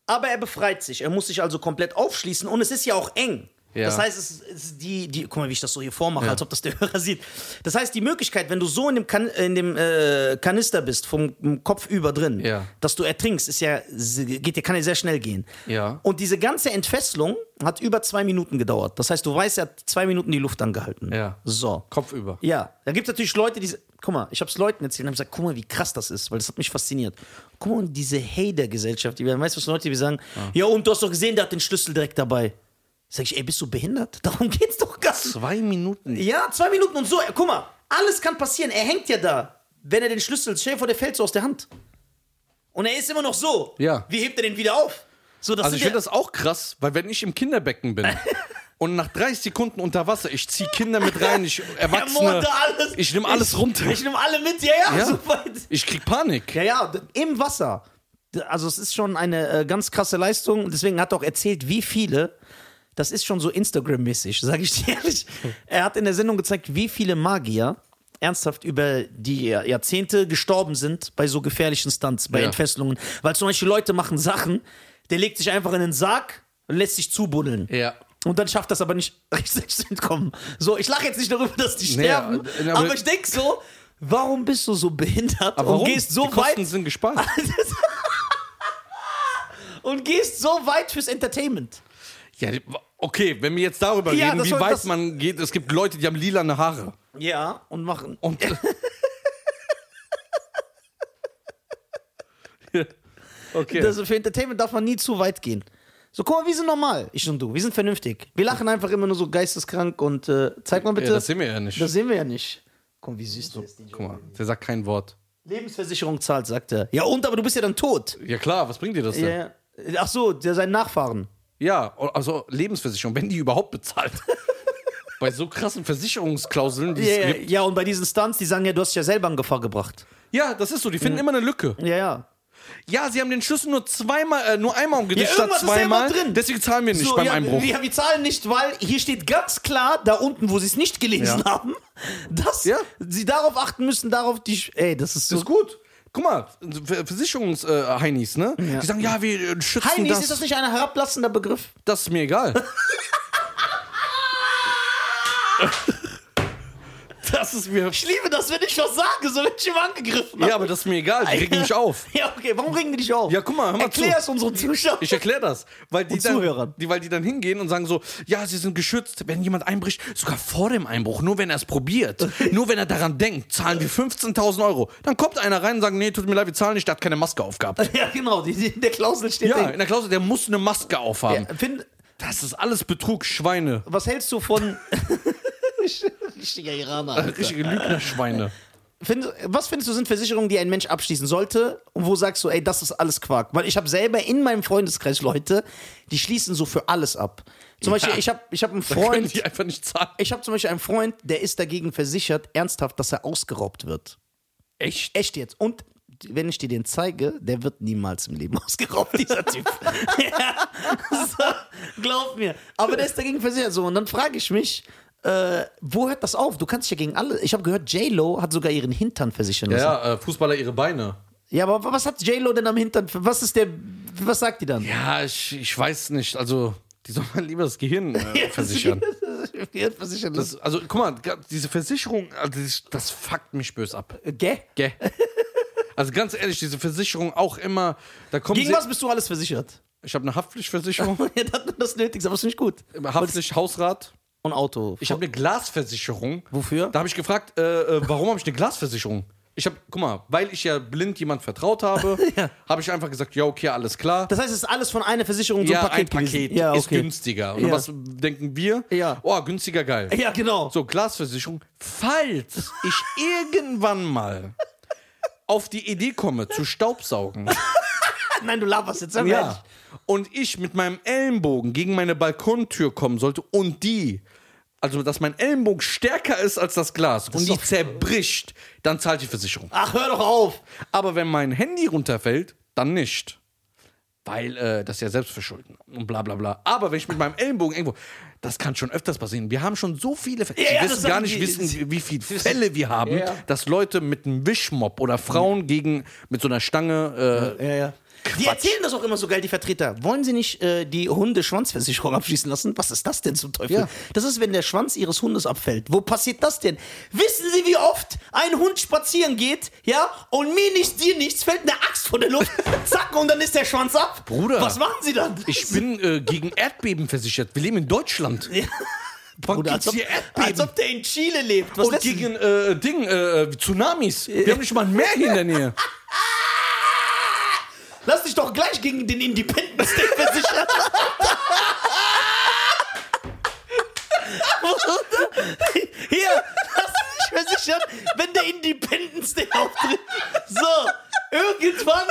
Aber er befreit sich. Er muss sich also komplett aufschließen und es ist ja auch eng. Ja. Das heißt, es ist die, die, guck mal, wie ich das so hier vormache, als ob das der Hörer sieht. Das heißt, die Möglichkeit, wenn du so in dem, kan in dem äh, Kanister bist, vom vom Kopf über drin, Ja. dass du ertrinkst, ist ja, geht, dir- kann ja sehr schnell gehen. Ja. Und diese ganze Entfesselung hat über zwei Minuten gedauert. Das heißt, du weißt, er hat zwei Minuten die Luft angehalten. Ja. So. Kopf über. Ja, da gibt es natürlich Leute, die. Guck mal, ich habe es Leuten erzählt und habe gesagt, guck mal, wie krass das ist, weil das hat mich fasziniert. Guck mal, und diese Hater-Gesellschaft, die werden, weißt du, was Leute die sagen? Ja, und du hast doch gesehen, der hat den Schlüssel direkt dabei. Sag ich, ey, bist du behindert? Darum geht's doch gar nicht. Zwei Minuten. Ja, zwei Minuten und so, guck mal, alles kann passieren. Er hängt ja da, wenn er den Schlüssel, stell dir vor, der fällt so aus der Hand. Und er ist immer noch so. Ja. Wie hebt er den wieder auf? So, das Also sind ich finde ja- das auch krass, weil wenn ich im Kinderbecken bin und nach 30 Sekunden unter Wasser, ich ziehe Kinder mit rein, ich Erwachsene, Morde alles. ich nehme alles runter. Ich nehme alle mit, ja, ja, Ja. so weit. Ich krieg Panik. Ja, ja, d- im Wasser. D- Also es ist schon eine äh, ganz krasse Leistung. Deswegen hat er auch erzählt, wie viele. Das ist schon so Instagram-mäßig, sage ich dir ehrlich. Er hat in der Sendung gezeigt, wie viele Magier ernsthaft über die Jahr- Jahrzehnte gestorben sind bei so gefährlichen Stunts, bei Ja. Entfesselungen. Weil zum Beispiel Leute machen Sachen, der legt sich einfach in den Sarg und lässt sich zubuddeln. Ja. Und dann schafft das aber nicht rechtzeitig zu entkommen. So, ich lache jetzt nicht darüber, dass die Nee, sterben, äh, aber, aber- ich denke so, warum bist du so behindert Aber und warum? gehst so Die Kosten weit sind gespart. und gehst so weit fürs Entertainment? Ja, die- okay, wenn wir jetzt darüber Ja, reden, das wie soll- weit das- man geht, es gibt Leute, die haben lilane Haare. Ja, und machen. Und okay. Das, Also für Entertainment darf man nie zu weit gehen. So, guck mal, wir sind normal, ich und du. Wir sind vernünftig. Wir lachen einfach immer nur so geisteskrank und äh, zeig mal bitte. ja, das sehen wir ja nicht. Das sehen wir ja nicht. Guck mal, wie süß das ist. Guck mal, der sagt kein Wort. Lebensversicherung zahlt, sagt er. Ja, und aber du bist ja dann tot. Ja klar, was bringt dir das Ja, denn? ja. Ach so, der sein Nachfahren. Ja, also Lebensversicherung, wenn die überhaupt bezahlt. Bei so krassen Versicherungsklauseln, die Ja, es ja, gibt. ja, und bei diesen Stunts, die sagen ja, du hast dich ja selber in Gefahr gebracht. Ja, das ist so, die finden immer eine Lücke. Ja, ja. Ja, sie haben den Schlüssel nur zweimal, äh, nur einmal umgedreht Ja, statt irgendwas ist ja immer zweimal. drin. Deswegen zahlen wir nicht So, beim ja, Einbruch. Ja, wir zahlen nicht, weil hier steht ganz klar, da unten, wo sie es nicht gelesen Ja. haben, dass Ja. sie darauf achten müssen, darauf die. Sch- Ey, das ist so. Das ist gut. Guck mal, Ver- Versicherungs äh, Heinis, ne? Die sagen, ja, wir äh, schützen Heinis, das. ist das nicht ein herablassender Begriff? Das ist mir egal. Das ist mir. Ich liebe das, wenn ich was sage, so wenn ich immer angegriffen habe. Ja, aber das ist mir egal. Die regen mich auf. Ja, okay, warum regen die dich auf? Ja, guck mal, hör mal zu. Erklär es unseren Zuschauern. Ich erkläre das. Weil die, Und dann, Zuhörern. die, weil die dann hingehen und sagen so, ja, sie sind geschützt, wenn jemand einbricht, sogar vor dem Einbruch, nur wenn er es probiert, nur wenn er daran denkt, zahlen wir 15.000 Euro. Dann kommt einer rein und sagt, nee, tut mir leid, wir zahlen nicht, der hat keine Maske aufgehabt. ja, genau, die, die, in der Klausel steht Ja, drin. in der Klausel, der muss eine Maske aufhaben. Ja, find, Das ist alles Betrug, Schweine. was hältst du von. Richtiger Iraner. Alter. Richtige Lügnerschweine. Find, was findest du sind Versicherungen, die ein Mensch abschließen sollte? Und wo sagst du, ey, das ist alles Quark? Weil ich habe selber in meinem Freundeskreis Leute, die schließen so für alles ab. Zum Beispiel, ich habe ich hab einen Können Freund. die einfach nicht zahlen. Ich habe zum Beispiel einen Freund, der ist dagegen versichert, ernsthaft, dass er ausgeraubt wird. Echt? Echt jetzt. Und wenn ich dir den zeige, der wird niemals im Leben ausgeraubt, dieser Typ. ja, so, glaub mir. Aber der ist dagegen versichert. So, und dann frage ich mich, äh, wo hört das auf? Du kannst dich ja gegen alle. Ich habe gehört, J-Lo hat sogar ihren Hintern versichern lassen. Ja, Ja, äh, Fußballer ihre Beine. aber was hat J-Lo denn am Hintern? Was ist der. Was sagt die dann? Ja, ich, ich weiß nicht. Also, die soll man lieber das Gehirn äh, versichern. versichern lassen. Das, also, guck mal, ga- diese Versicherung, also, das, das fuckt mich bös ab. Gell? Gell? Also ganz ehrlich, diese Versicherung auch immer, da kommen Gegen sie, was bist du alles versichert? Ich habe eine Haftpflichtversicherung, Ja, das ist das Nötigste, aber ist nicht gut. Haftpflicht, Hausrat. Und Auto. Ich habe eine Glasversicherung. Wofür? Da habe ich gefragt, äh, äh, warum habe ich eine Glasversicherung? Ich habe, guck mal, weil ich ja blind jemand vertraut habe, Ja. habe ich einfach gesagt, ja, okay, alles klar. Das heißt, es ist alles von einer Versicherung so ja, ein Paket ein Paket gewesen. Ja, okay. ist günstiger. Und Ja. was denken wir? Ja. Oh, günstiger, geil. Ja, genau. So, Glasversicherung. Falls ich irgendwann mal auf die Idee komme, zu staubsaugen, Nein, du laberst jetzt. sag mal ehrlich. ja, und ich mit meinem Ellenbogen gegen meine Balkontür kommen sollte und die, also dass mein Ellenbogen stärker ist als das Glas und die zerbricht, dann zahlt die Versicherung. Ach, hör doch auf. Aber wenn mein Handy runterfällt, dann nicht. Weil äh, das ist ja selbstverschulden und bla bla bla. Aber wenn ich mit meinem Ellenbogen irgendwo. Das kann schon öfters passieren. Wir haben schon so viele Fälle. Ja, ja, Sie das wissen sagen gar nicht, die- wissen, wie viele Fälle wir haben, Ja. dass Leute mit einem Wischmopp oder Frauen gegen mit so einer Stange. Äh, Ja, ja. Die erzählen das auch immer so geil, die Vertreter. Wollen sie nicht äh, die Hundeschwanzversicherung abschließen lassen? Was ist das denn zum Teufel? Ja. Das ist, wenn der Schwanz ihres Hundes abfällt. Wo passiert das denn? Wissen Sie, wie oft ein Hund spazieren geht, ja, und mir nichts, dir nichts, fällt eine Axt von der Luft, zack, und dann ist der Schwanz ab. Bruder. Was machen Sie dann? ich bin äh, gegen Erdbeben versichert. Wir leben in Deutschland. Ja. Wann Oder gibt's als, ob, hier Erdbeben? als ob der in Chile lebt. Was und lässt- gegen äh, Ding, äh, Tsunamis. Wir haben nicht mal ein Meer hier in der Nähe. Lass dich doch gleich gegen den Independent State versichern. Hier, lass dich versichern, wenn der Independent State auftritt. So, irgendwann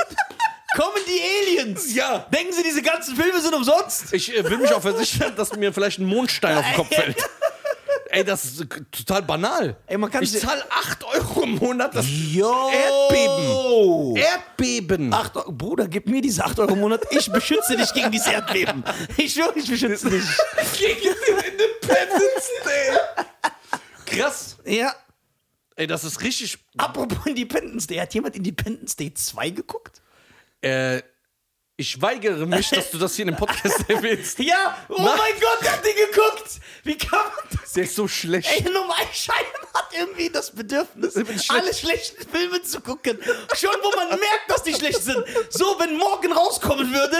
kommen die Aliens. Ja. Denken Sie, diese ganzen Filme sind umsonst? Ich äh, will mich auch versichern, dass mir vielleicht ein Mondstein auf den Kopf fällt. Ey, das ist äh, total banal. Ey, man kann ich sich- zahle 8 Euro im Monat. Das Yo. Erdbeben. Erdbeben. Acht Euro, Bruder, gib mir diese 8 Euro im Monat. Ich beschütze dich gegen dieses Erdbeben. Ich schwöre, ich beschütze dich. gegen den Independence Day. Krass. Ja. Ey, das ist richtig. Apropos Independence Day. Hat jemand Independence Day 2 geguckt? Äh, ich weigere mich, dass du das hier in dem Podcast erwähnst. Ja, oh mein Gott, ich hab die geguckt. Wie kann man das? Der ist so schlecht. Ey, Nummerschein hat irgendwie das Bedürfnis, alle schlechten Filme zu gucken. Schon, wo man merkt, dass die schlecht sind. So, wenn morgen rauskommen würde,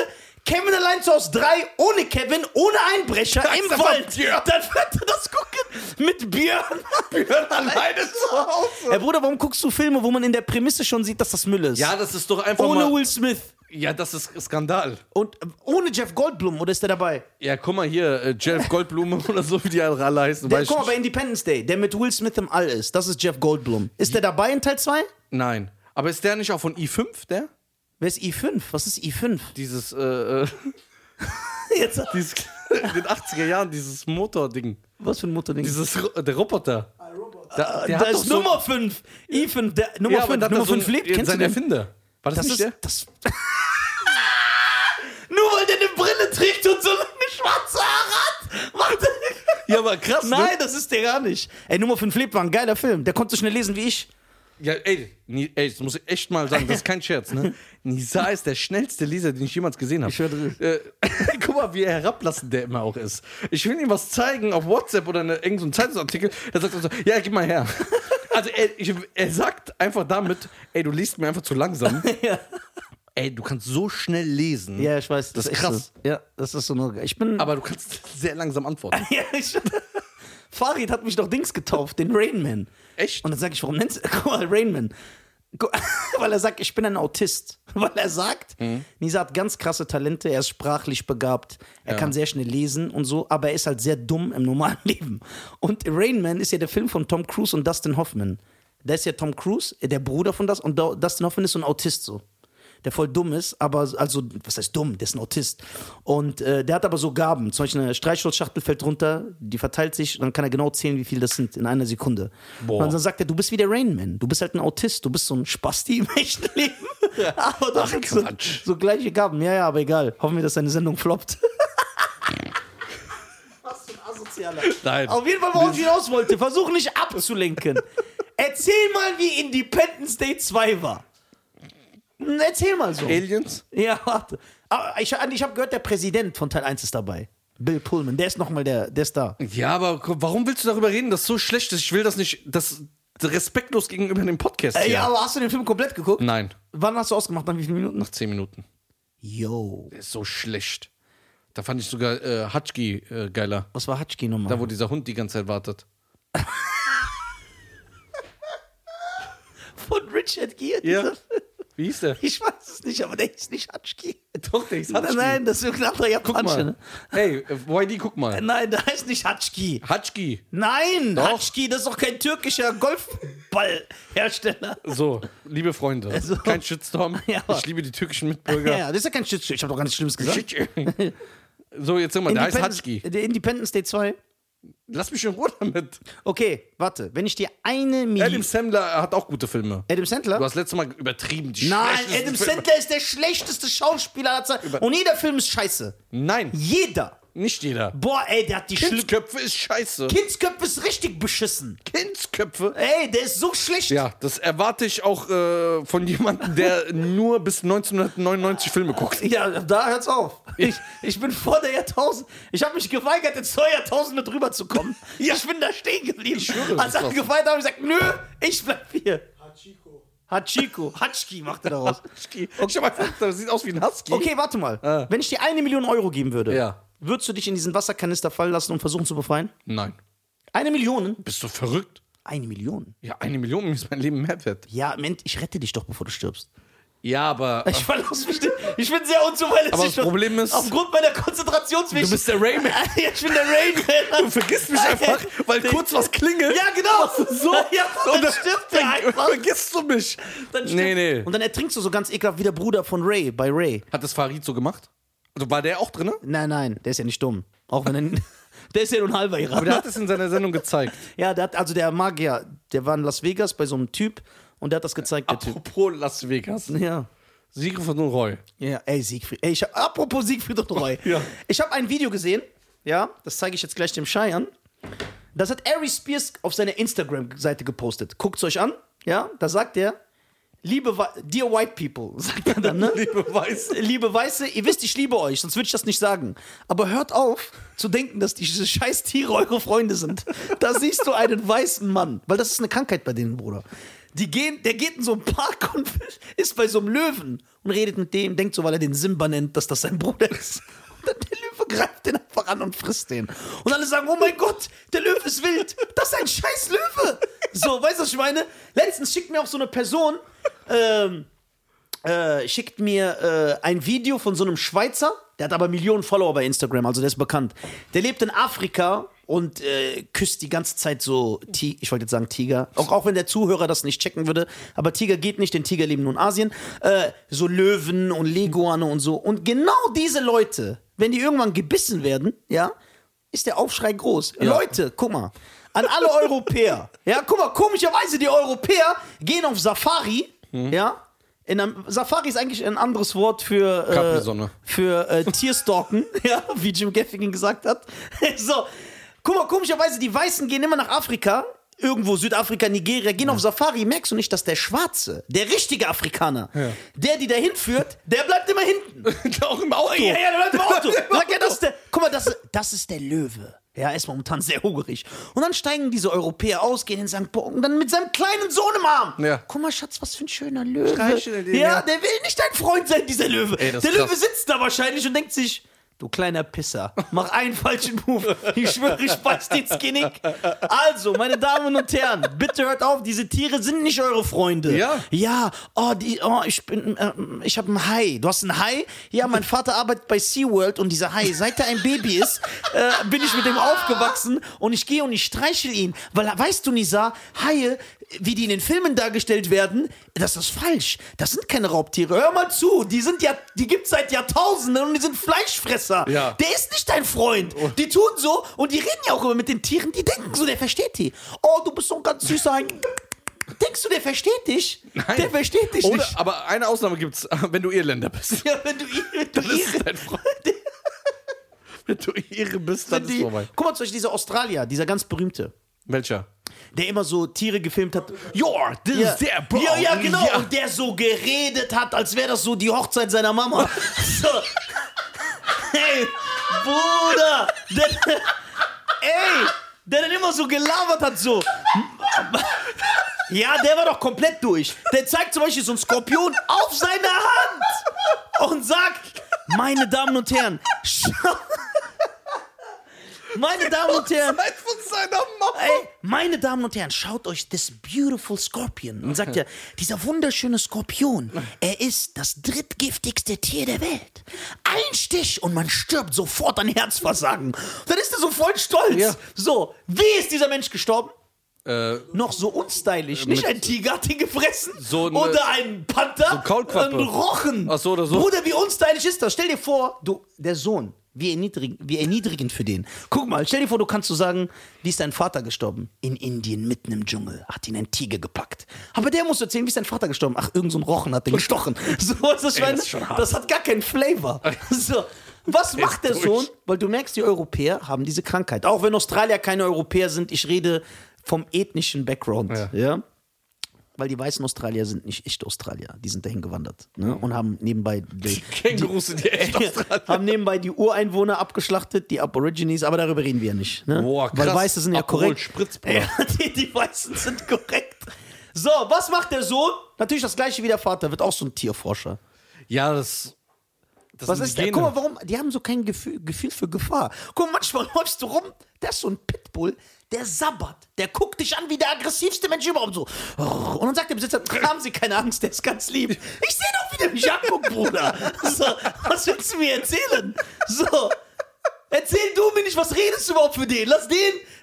Kevin allein zu Haus 3 ohne Kevin, ohne Einbrecher im aber Wald, Björn. dann würde das gucken mit Björn. Björn alleine zu Hause. Herr Bruder, warum guckst du Filme, wo man in der Prämisse schon sieht, dass das Müll ist? Ja, das ist doch einfach ohne mal. Will Smith Ja, das ist Skandal. und äh, ohne Jeff Goldblum, oder ist der dabei? Ja, guck mal hier, äh, Jeff Goldblume oder so, wie die alle heißen. Der, weiß ich guck mal, nicht. bei Independence Day, der mit Will Smith im All ist, das ist Jeff Goldblum. Ist der dabei in Teil 2? Nein. Aber ist der nicht auch von i5, der? Wer ist I5? Was ist I5? Dieses, äh, äh, Jetzt, dieses, in den 80er Jahren, dieses Motording. was für ein Mutterding? Dieses, Ro- äh, der Roboter. Da, der da ist Nummer 5. I5, der Nummer 5. Nummer 5 lebt, kennst du Sein den? äh, Erfinder. War das, Das nicht ist, der? das Nur weil der eine Brille trägt und so lange schwarze Haare hat. Warte. Ja, aber krass, ne? Nein, das ist der gar nicht. Ey, Nummer 5 lebt war ein geiler Film. Der konnte so schnell lesen wie ich. Ja, ey, Ni- ey, das muss ich echt mal sagen, das ist kein Scherz, ne? Nisa ist der schnellste Leser, den ich jemals gesehen habe. Ich höre- äh, Guck mal, wie herablassend der immer auch ist. Ich will ihm was zeigen auf WhatsApp oder eine, irgendeinen Zeitungsartikel, da sagt er so, ja, gib mal her. Also er, ich, er sagt einfach damit, ey, du liest mir einfach zu langsam. Ja. Ey, du kannst so schnell lesen, Ja, ich weiß. Das ist echt krass. So. Ja, das ist so nur. Ich bin. aber du kannst sehr langsam antworten. ja, ich, Farid hat mich doch Dings getauft, den Rainman. Echt? Und dann sage ich, warum nennst du. Guck mal, Rainman. Gu- Weil er sagt, ich bin ein Autist. Weil er sagt, Nisa hat ganz krasse Talente, er ist sprachlich begabt, er kann sehr schnell lesen und so, aber er ist halt sehr dumm im normalen Leben. Und Rainman ist ja der Film von Tom Cruise und Dustin Hoffman. Da ist ja Tom Cruise, der Bruder von das, und Do- Dustin Hoffman ist so ein Autist so der voll dumm ist, aber also, was heißt dumm? Der ist ein Autist. Und äh, der hat aber so Gaben. Zum Beispiel eine Streichholzschachtel fällt runter, die verteilt sich, dann kann er genau zählen, wie viel das sind in einer Sekunde. Und dann sagt er, du bist wie der Rain Man. Du bist halt ein Autist. Du bist so ein Spasti im echten Leben. aber doch so, Quatsch. so gleiche Gaben. Ja, ja, aber egal. Hoffen wir, dass seine Sendung floppt. Was für ein asozialer. Nein. Auf jeden Fall, worauf ich hinaus wollte. Versuch nicht abzulenken. Erzähl mal, wie Independence Day 2 war. Hm, Erzähl mal so. Aliens? Ja, warte. Aber ich, ich habe gehört, der Präsident von Teil 1 ist dabei. Bill Pullman, der ist nochmal der, der ist da. Ja, aber gu- warum willst du darüber reden, dass so schlecht ist? Ich will das nicht, das respektlos gegenüber dem Podcast Äh, hier. ja. aber hast du den Film komplett geguckt? Nein, Wann hast du ausgemacht? Nach wie vielen Minuten? nach zehn Minuten. Yo. Der ist so schlecht. Da fand ich sogar äh, Hatschki äh, geiler. Was war Hatschki nochmal? Da, wo dieser Hund die ganze Zeit wartet. von Richard Gere. dieser- Wie hieß der? Ich weiß es nicht, aber der ist nicht Hatschki. Doch, der ist Nein, Hatschki. nein, das ist irgendein anderer guck Japanische. mal. ne? Ey, äh, YD, guck mal. Nein, der heißt nicht Hatschki. Hatschki. Nein, Hatschki, das ist doch kein türkischer Golfballhersteller. So, liebe Freunde. So. Kein Shitstorm. Also- Ja, aber- ich liebe die türkischen Ja, Mitbürger. ja, das ist ja kein Shitstorm. Ich habe doch gar nichts Schlimmes gesagt. so, jetzt sag mal, der heißt Independence- Hatschki. Der Independence Day 2. Lass mich in Ruhe damit. Okay, warte. Wenn ich dir eine Million. Adam Sandler hat auch gute Filme. Adam Sandler? Du hast letztes Mal übertrieben. Die Nein, schlechtesten Ah, Adam Filme. Sandler ist der schlechteste Schauspieler aller Zeiten. Und jeder Film ist scheiße. Nein, Jeder. nicht jeder. Boah, ey, der hat die schlimm. Kindsköpfe ist scheiße. Kindsköpfe ist richtig beschissen. Kindsköpfe? Ey, der ist so schlecht. Ja, das erwarte ich auch äh, von jemandem, der nur bis 1999 Filme guckt. Ja, da hört's auf. Ich, ich bin vor der Jahrtausend. Ich habe mich geweigert, ins neue Jahrtausend mit rüberzukommen. ja. Ich bin da stehen geblieben. Ich schwöre, Als das ist alle doch- gefeiert haben, hab ich gesagt, nö, ich bleib hier. Hachiko. Hachiko. Hatschki macht er daraus. Okay. Ich hab einfach, das sieht aus wie ein Husky. Okay, warte mal. Wenn ich dir eine Million Euro geben würde, Ah. Ja. würdest du dich in diesen Wasserkanister fallen lassen und versuchen zu befreien? Nein. Eine Million? Bist du verrückt? Eine Million? Ja, eine Million mir ist mein Leben mehr wert. Ja, Moment, ich rette dich doch, bevor du stirbst. Ja, aber Ich verlasse mich. nicht. Ich bin sehr unzuverlässig. Aber das Problem ist- Aufgrund meiner Konzentrationsfähigkeit. du bist der Rayman. ja, ich bin der Rain. Du vergisst mich einfach, weil kurz was klingelt. Ja, genau. So. Ja, Und dann, stirbt er einfach. Vergisst du mich. Dann stirbt. nee, nee. Und dann ertrinkst du so ganz ekelhaft wie der Bruder von Ray bei Ray. Hat das Farid so gemacht? Also war der auch drin? Nein, nein, der ist ja nicht dumm. Auch wenn er. Der ist ja nun halber Aber der Iraner. hat es in seiner Sendung gezeigt. Ja, der hat, also der Magier, der war in Las Vegas bei so einem Typ und der hat das gezeigt, der Typ. Apropos Las Vegas. Ja. Siegfried von Roy. Ja, ey, Siegfried. Ey, ich hab, apropos Siegfried und Roy. Ja. Ich habe ein Video gesehen, ja, das zeige ich jetzt gleich dem Schei an. Das hat Ari Spears auf seiner Instagram-Seite gepostet. Guckt's euch an, ja, da sagt er, liebe, Wei- dear white people, sagt er dann, ne? Liebe Weiße. liebe Weiße, ihr wisst, ich liebe euch, sonst würde ich das nicht sagen. Aber hört auf zu denken, dass diese scheiß Tiere eure Freunde sind. Da siehst du einen weißen Mann, weil das ist eine Krankheit bei denen, Bruder. Die gehen, der geht in so einen Park und ist bei so einem Löwen und redet mit dem, denkt so, weil er den Simba nennt, dass das sein Bruder ist. Und dann der Löwe greift den einfach an und frisst den. Und alle sagen, oh mein Gott, der Löwe ist wild. Das ist ein scheiß Löwe. So, weißt du, was ich meine? Letztens schickt mir auch so eine Person, ähm, äh, schickt mir äh, ein Video von so einem Schweizer, der hat aber Millionen Follower bei Instagram, also der ist bekannt. Der lebt in Afrika und äh, küsst die ganze Zeit so, Ti ich wollte jetzt sagen Tiger, auch, auch wenn der Zuhörer das nicht checken würde, aber Tiger geht nicht, denn Tiger leben nur in Asien, äh, so Löwen und Leguane und so. Und genau diese Leute, wenn die irgendwann gebissen werden, ja, ist der Aufschrei groß. Leute, guck mal, an alle Europäer, ja, guck mal, komischerweise die Europäer gehen auf Safari, ja, in einem, Safari ist eigentlich ein anderes Wort für äh, Capri-Sonne. für äh, Tierstalken, ja, wie Jim Gaffigan gesagt hat. so, guck mal, komischerweise die Weißen gehen immer nach Afrika, irgendwo Südafrika, Nigeria, gehen auf Safari, merkst du nicht, dass der Schwarze, der richtige Afrikaner, der, die da hinführt, der bleibt immer hinten. Auch im Auto. Ja, ja, der bleibt im Auto. Sag ja, das ist der, guck mal, das, das ist der Löwe. Ja, er ist momentan sehr hungrig. Und dann steigen diese Europäer aus, gehen in St. Borgen, dann mit seinem kleinen Sohn im Arm. Ja. Guck mal, Schatz, was für ein schöner Löwe. Streichel den, ja, ja. der will nicht dein Freund sein, dieser Löwe. Ey, das der ist Löwe krass. sitzt da wahrscheinlich und denkt sich, du kleiner Pisser, mach einen falschen Move. Ich schwöre, ich beiß dir ins Genick. Also, meine Damen und Herren, bitte hört auf, diese Tiere sind nicht eure Freunde. Ja. Ja, oh, die, oh ich bin, äh, ich habe einen Hai. Du hast einen Hai? Ja, mein Vater arbeitet bei SeaWorld und dieser Hai, seit er ein Baby ist, äh, bin ich mit dem aufgewachsen und ich gehe und ich streichel ihn. Weil, weißt du, Nisa, Haie, wie die in den Filmen dargestellt werden, das ist falsch. Das sind keine Raubtiere. Hör mal zu, die sind ja, die gibt's seit Jahrtausenden und die sind Fleischfresser. Ja. Der der ist nicht dein Freund. Die tun so und die reden ja auch immer mit den Tieren. Die denken so, der versteht die. Oh, du bist so ein ganz süßer Hai. Denkst du, der versteht dich? Nein. Der versteht dich Oder, nicht. aber eine Ausnahme gibt's, wenn du Irländer bist. Ja, wenn du ihre, du ist ihre dein Freund. Wenn du Ire bist, dann ist die, vorbei. Guck mal, zum Beispiel dieser Australier, dieser ganz berühmte, Welcher? der immer so Tiere gefilmt hat. Ja, das Ja, ist der Bro. ja, ja, genau. Ja. Und der so geredet hat, als wäre das so die Hochzeit seiner Mama. So. Hey, Bruder. Der, ey, der dann immer so gelabert hat, so. Ja, der war doch komplett durch. Der zeigt zum Beispiel so einen Skorpion auf seine Hand und sagt, meine Damen und Herren, schau- meine Damen und Herren, Zeit von seiner Mama. Ey, meine Damen und Herren, schaut euch this beautiful scorpion. Und sagt ja, dieser wunderschöne Skorpion, er ist das drittgiftigste Tier der Welt. Ein Stich und man stirbt sofort an Herzversagen. Dann ist er so voll stolz. Ja. So, wie ist dieser Mensch gestorben? Äh, Noch so unstylisch. Nicht ein Tiger hat ihn gefressen So eine- oder ein Panther, Kaulquappe. ein Rochen. Ach so, oder so. Bruder, wie unstylisch ist das? Stell dir vor, du, der Sohn, wie erniedrigend, wie erniedrigend für den. Guck mal, stell dir vor, du kannst so sagen, wie ist dein Vater gestorben? In Indien, mitten im Dschungel, hat ihn ein Tiger gepackt. Aber der muss erzählen, wie ist dein Vater gestorben? Ach, irgend so ein Rochen hat den gestochen. So, das, ist das ist schon hart. das hat gar keinen Flavor. So. Was macht der durch. Sohn? Weil du merkst, die Europäer haben diese Krankheit. Auch wenn Australier keine Europäer sind, ich rede vom ethnischen Background. Ja. Ja. Weil die weißen Australier sind nicht echt Australier. Die sind dahin gewandert ne? und haben nebenbei die, Kängurus sind ja echt Australier. haben nebenbei die Ureinwohner abgeschlachtet, die Aborigines, aber darüber reden wir ja nicht. Ne? Boah, krass. Weil Weiße sind ja Alkohol korrekt. spritzt, Bruder. ja, die, die Weißen sind korrekt. So, was macht der Sohn? Natürlich das gleiche wie der Vater, wird auch so ein Tierforscher. Ja, das. das Was sind ist die der? Gene. Guck mal, warum? Die haben so kein Gefühl, Gefühl für Gefahr. Guck mal, manchmal läufst du rum, der ist so ein Pitbull, der sabbert, der guckt dich an wie der aggressivste Mensch überhaupt so. Und dann sagt der Besitzer, haben Sie keine Angst, der ist ganz lieb. Ich sehe doch, wie der mich anguckt, Bruder. So, was willst du mir erzählen? So. Erzähl du mir nicht, was redest du überhaupt für den? Lass den,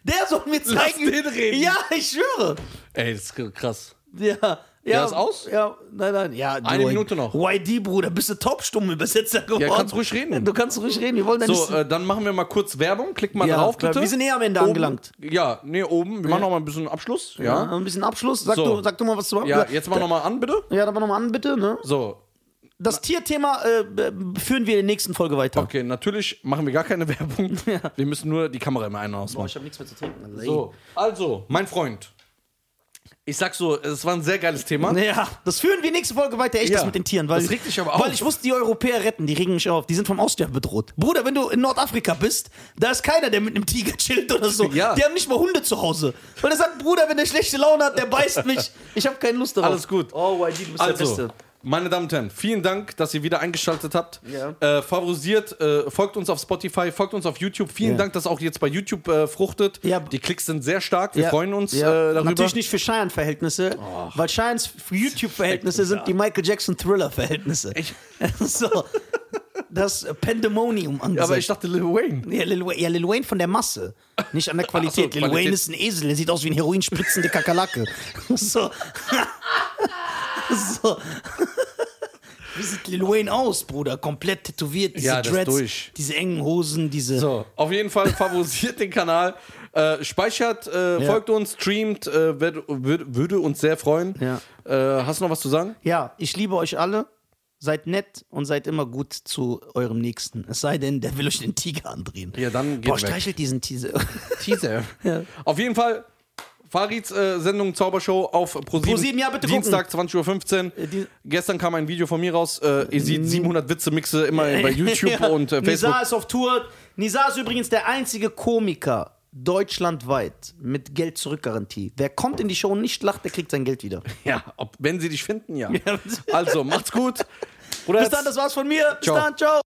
der soll mir zeigen. den reden. Ja, ich schwöre. Ey, das ist krass. Ja. Ja, ist aus? Ja, nein, nein. Ja, Eine du, Minute noch. YD, Bruder, bist du Taubstummenübersetzer geworden? kannst ruhig reden. Oh, Du kannst ruhig reden. Wir wollen deine So, äh, dann machen wir mal kurz Werbung. Klick mal Ja, drauf, klar. bitte. Wir sind eh am Ende oben. angelangt. Ja, nee, oben. Wir machen noch mal ein bisschen Abschluss. ja, Ja. ein bisschen Abschluss. Sag, So. du, sag du mal, was du Ja, jetzt mach noch mal an, bitte. Ja, dann mach noch mal an, bitte. Ne? So, Das Tierthema äh, b- führen wir in der nächsten Folge weiter. okay, natürlich machen wir gar keine Werbung. Wir müssen nur die Kamera immer ein- und ausmachen. Ich habe nichts mehr zu trinken. So, also, mein Freund. Ich sag so, es war ein sehr geiles Thema. Ja, das führen wir nächste Folge weiter, echt Ja. das mit den Tieren. Weil, Das regt dich aber Weil auf. ich muss die Europäer retten, die regen mich auf. Die sind vom Aussterben bedroht. Bruder, wenn du in Nordafrika bist, da ist keiner, der mit einem Tiger chillt oder so. Ja. Die haben nicht mal Hunde zu Hause. Weil er sagt, Bruder, wenn der schlechte Laune hat, der beißt mich. Ich habe keine Lust darauf. Alles gut. Oh, YG, du bist der Also, Beste. meine Damen und Herren, vielen Dank, dass ihr wieder eingeschaltet habt. Ja. Äh, favorisiert, äh, folgt uns auf Spotify, folgt uns auf YouTube. Vielen Ja. Dank, dass auch jetzt bei YouTube äh, fruchtet. Ja. Die Klicks sind sehr stark. Wir Ja. freuen uns Ja. äh, darüber. Natürlich nicht für Cheyenne-Verhältnisse, weil Cheyens YouTube-Verhältnisse sind die Michael Jackson-Thriller-Verhältnisse. Ich- so. Das Pandemonium angesagt. Aber ich dachte Lil Wayne. Ja Lil, Wa- ja, Lil Wayne von der Masse, nicht an der Qualität. Ach so, Lil Wayne Qualität. ist ein Esel, der sieht aus wie ein heroinspritzende Kakerlake. so. so. Wie sieht Lil Wayne aus, Bruder? Komplett tätowiert, diese Ja, das Dreads, durch. diese engen Hosen, diese... So, auf jeden Fall favorisiert den Kanal, äh, speichert, äh, folgt uns, streamt, äh, wird, würd, würde uns sehr freuen. Ja. Äh, hast du noch was zu sagen? Ja, ich liebe euch alle. Seid nett und seid immer gut zu eurem Nächsten. Es sei denn, der will euch den Tiger andrehen. Ja, dann geht Boah, weg. streichelt diesen Teaser. Teaser. Auf jeden Fall Farids äh, Sendung Zaubershow auf ProSieben. ProSieben, ja, bitte gucken. Dienstag, 20.15 Uhr. Äh, die- Gestern kam ein Video von mir raus. Äh, ihr seht 700 Witze-Mixe immer bei YouTube Ja. und äh, Facebook. Nizar ist auf Tour. Nizar ist übrigens der einzige Komiker deutschlandweit mit Geld-Zurück-Garantie. Wer kommt in die Show und nicht lacht, der kriegt sein Geld wieder. Ja, ob, wenn sie dich finden, ja. Also, macht's gut. Bruder, Bis dann, das war's von mir. Bis Ciao. dann, ciao.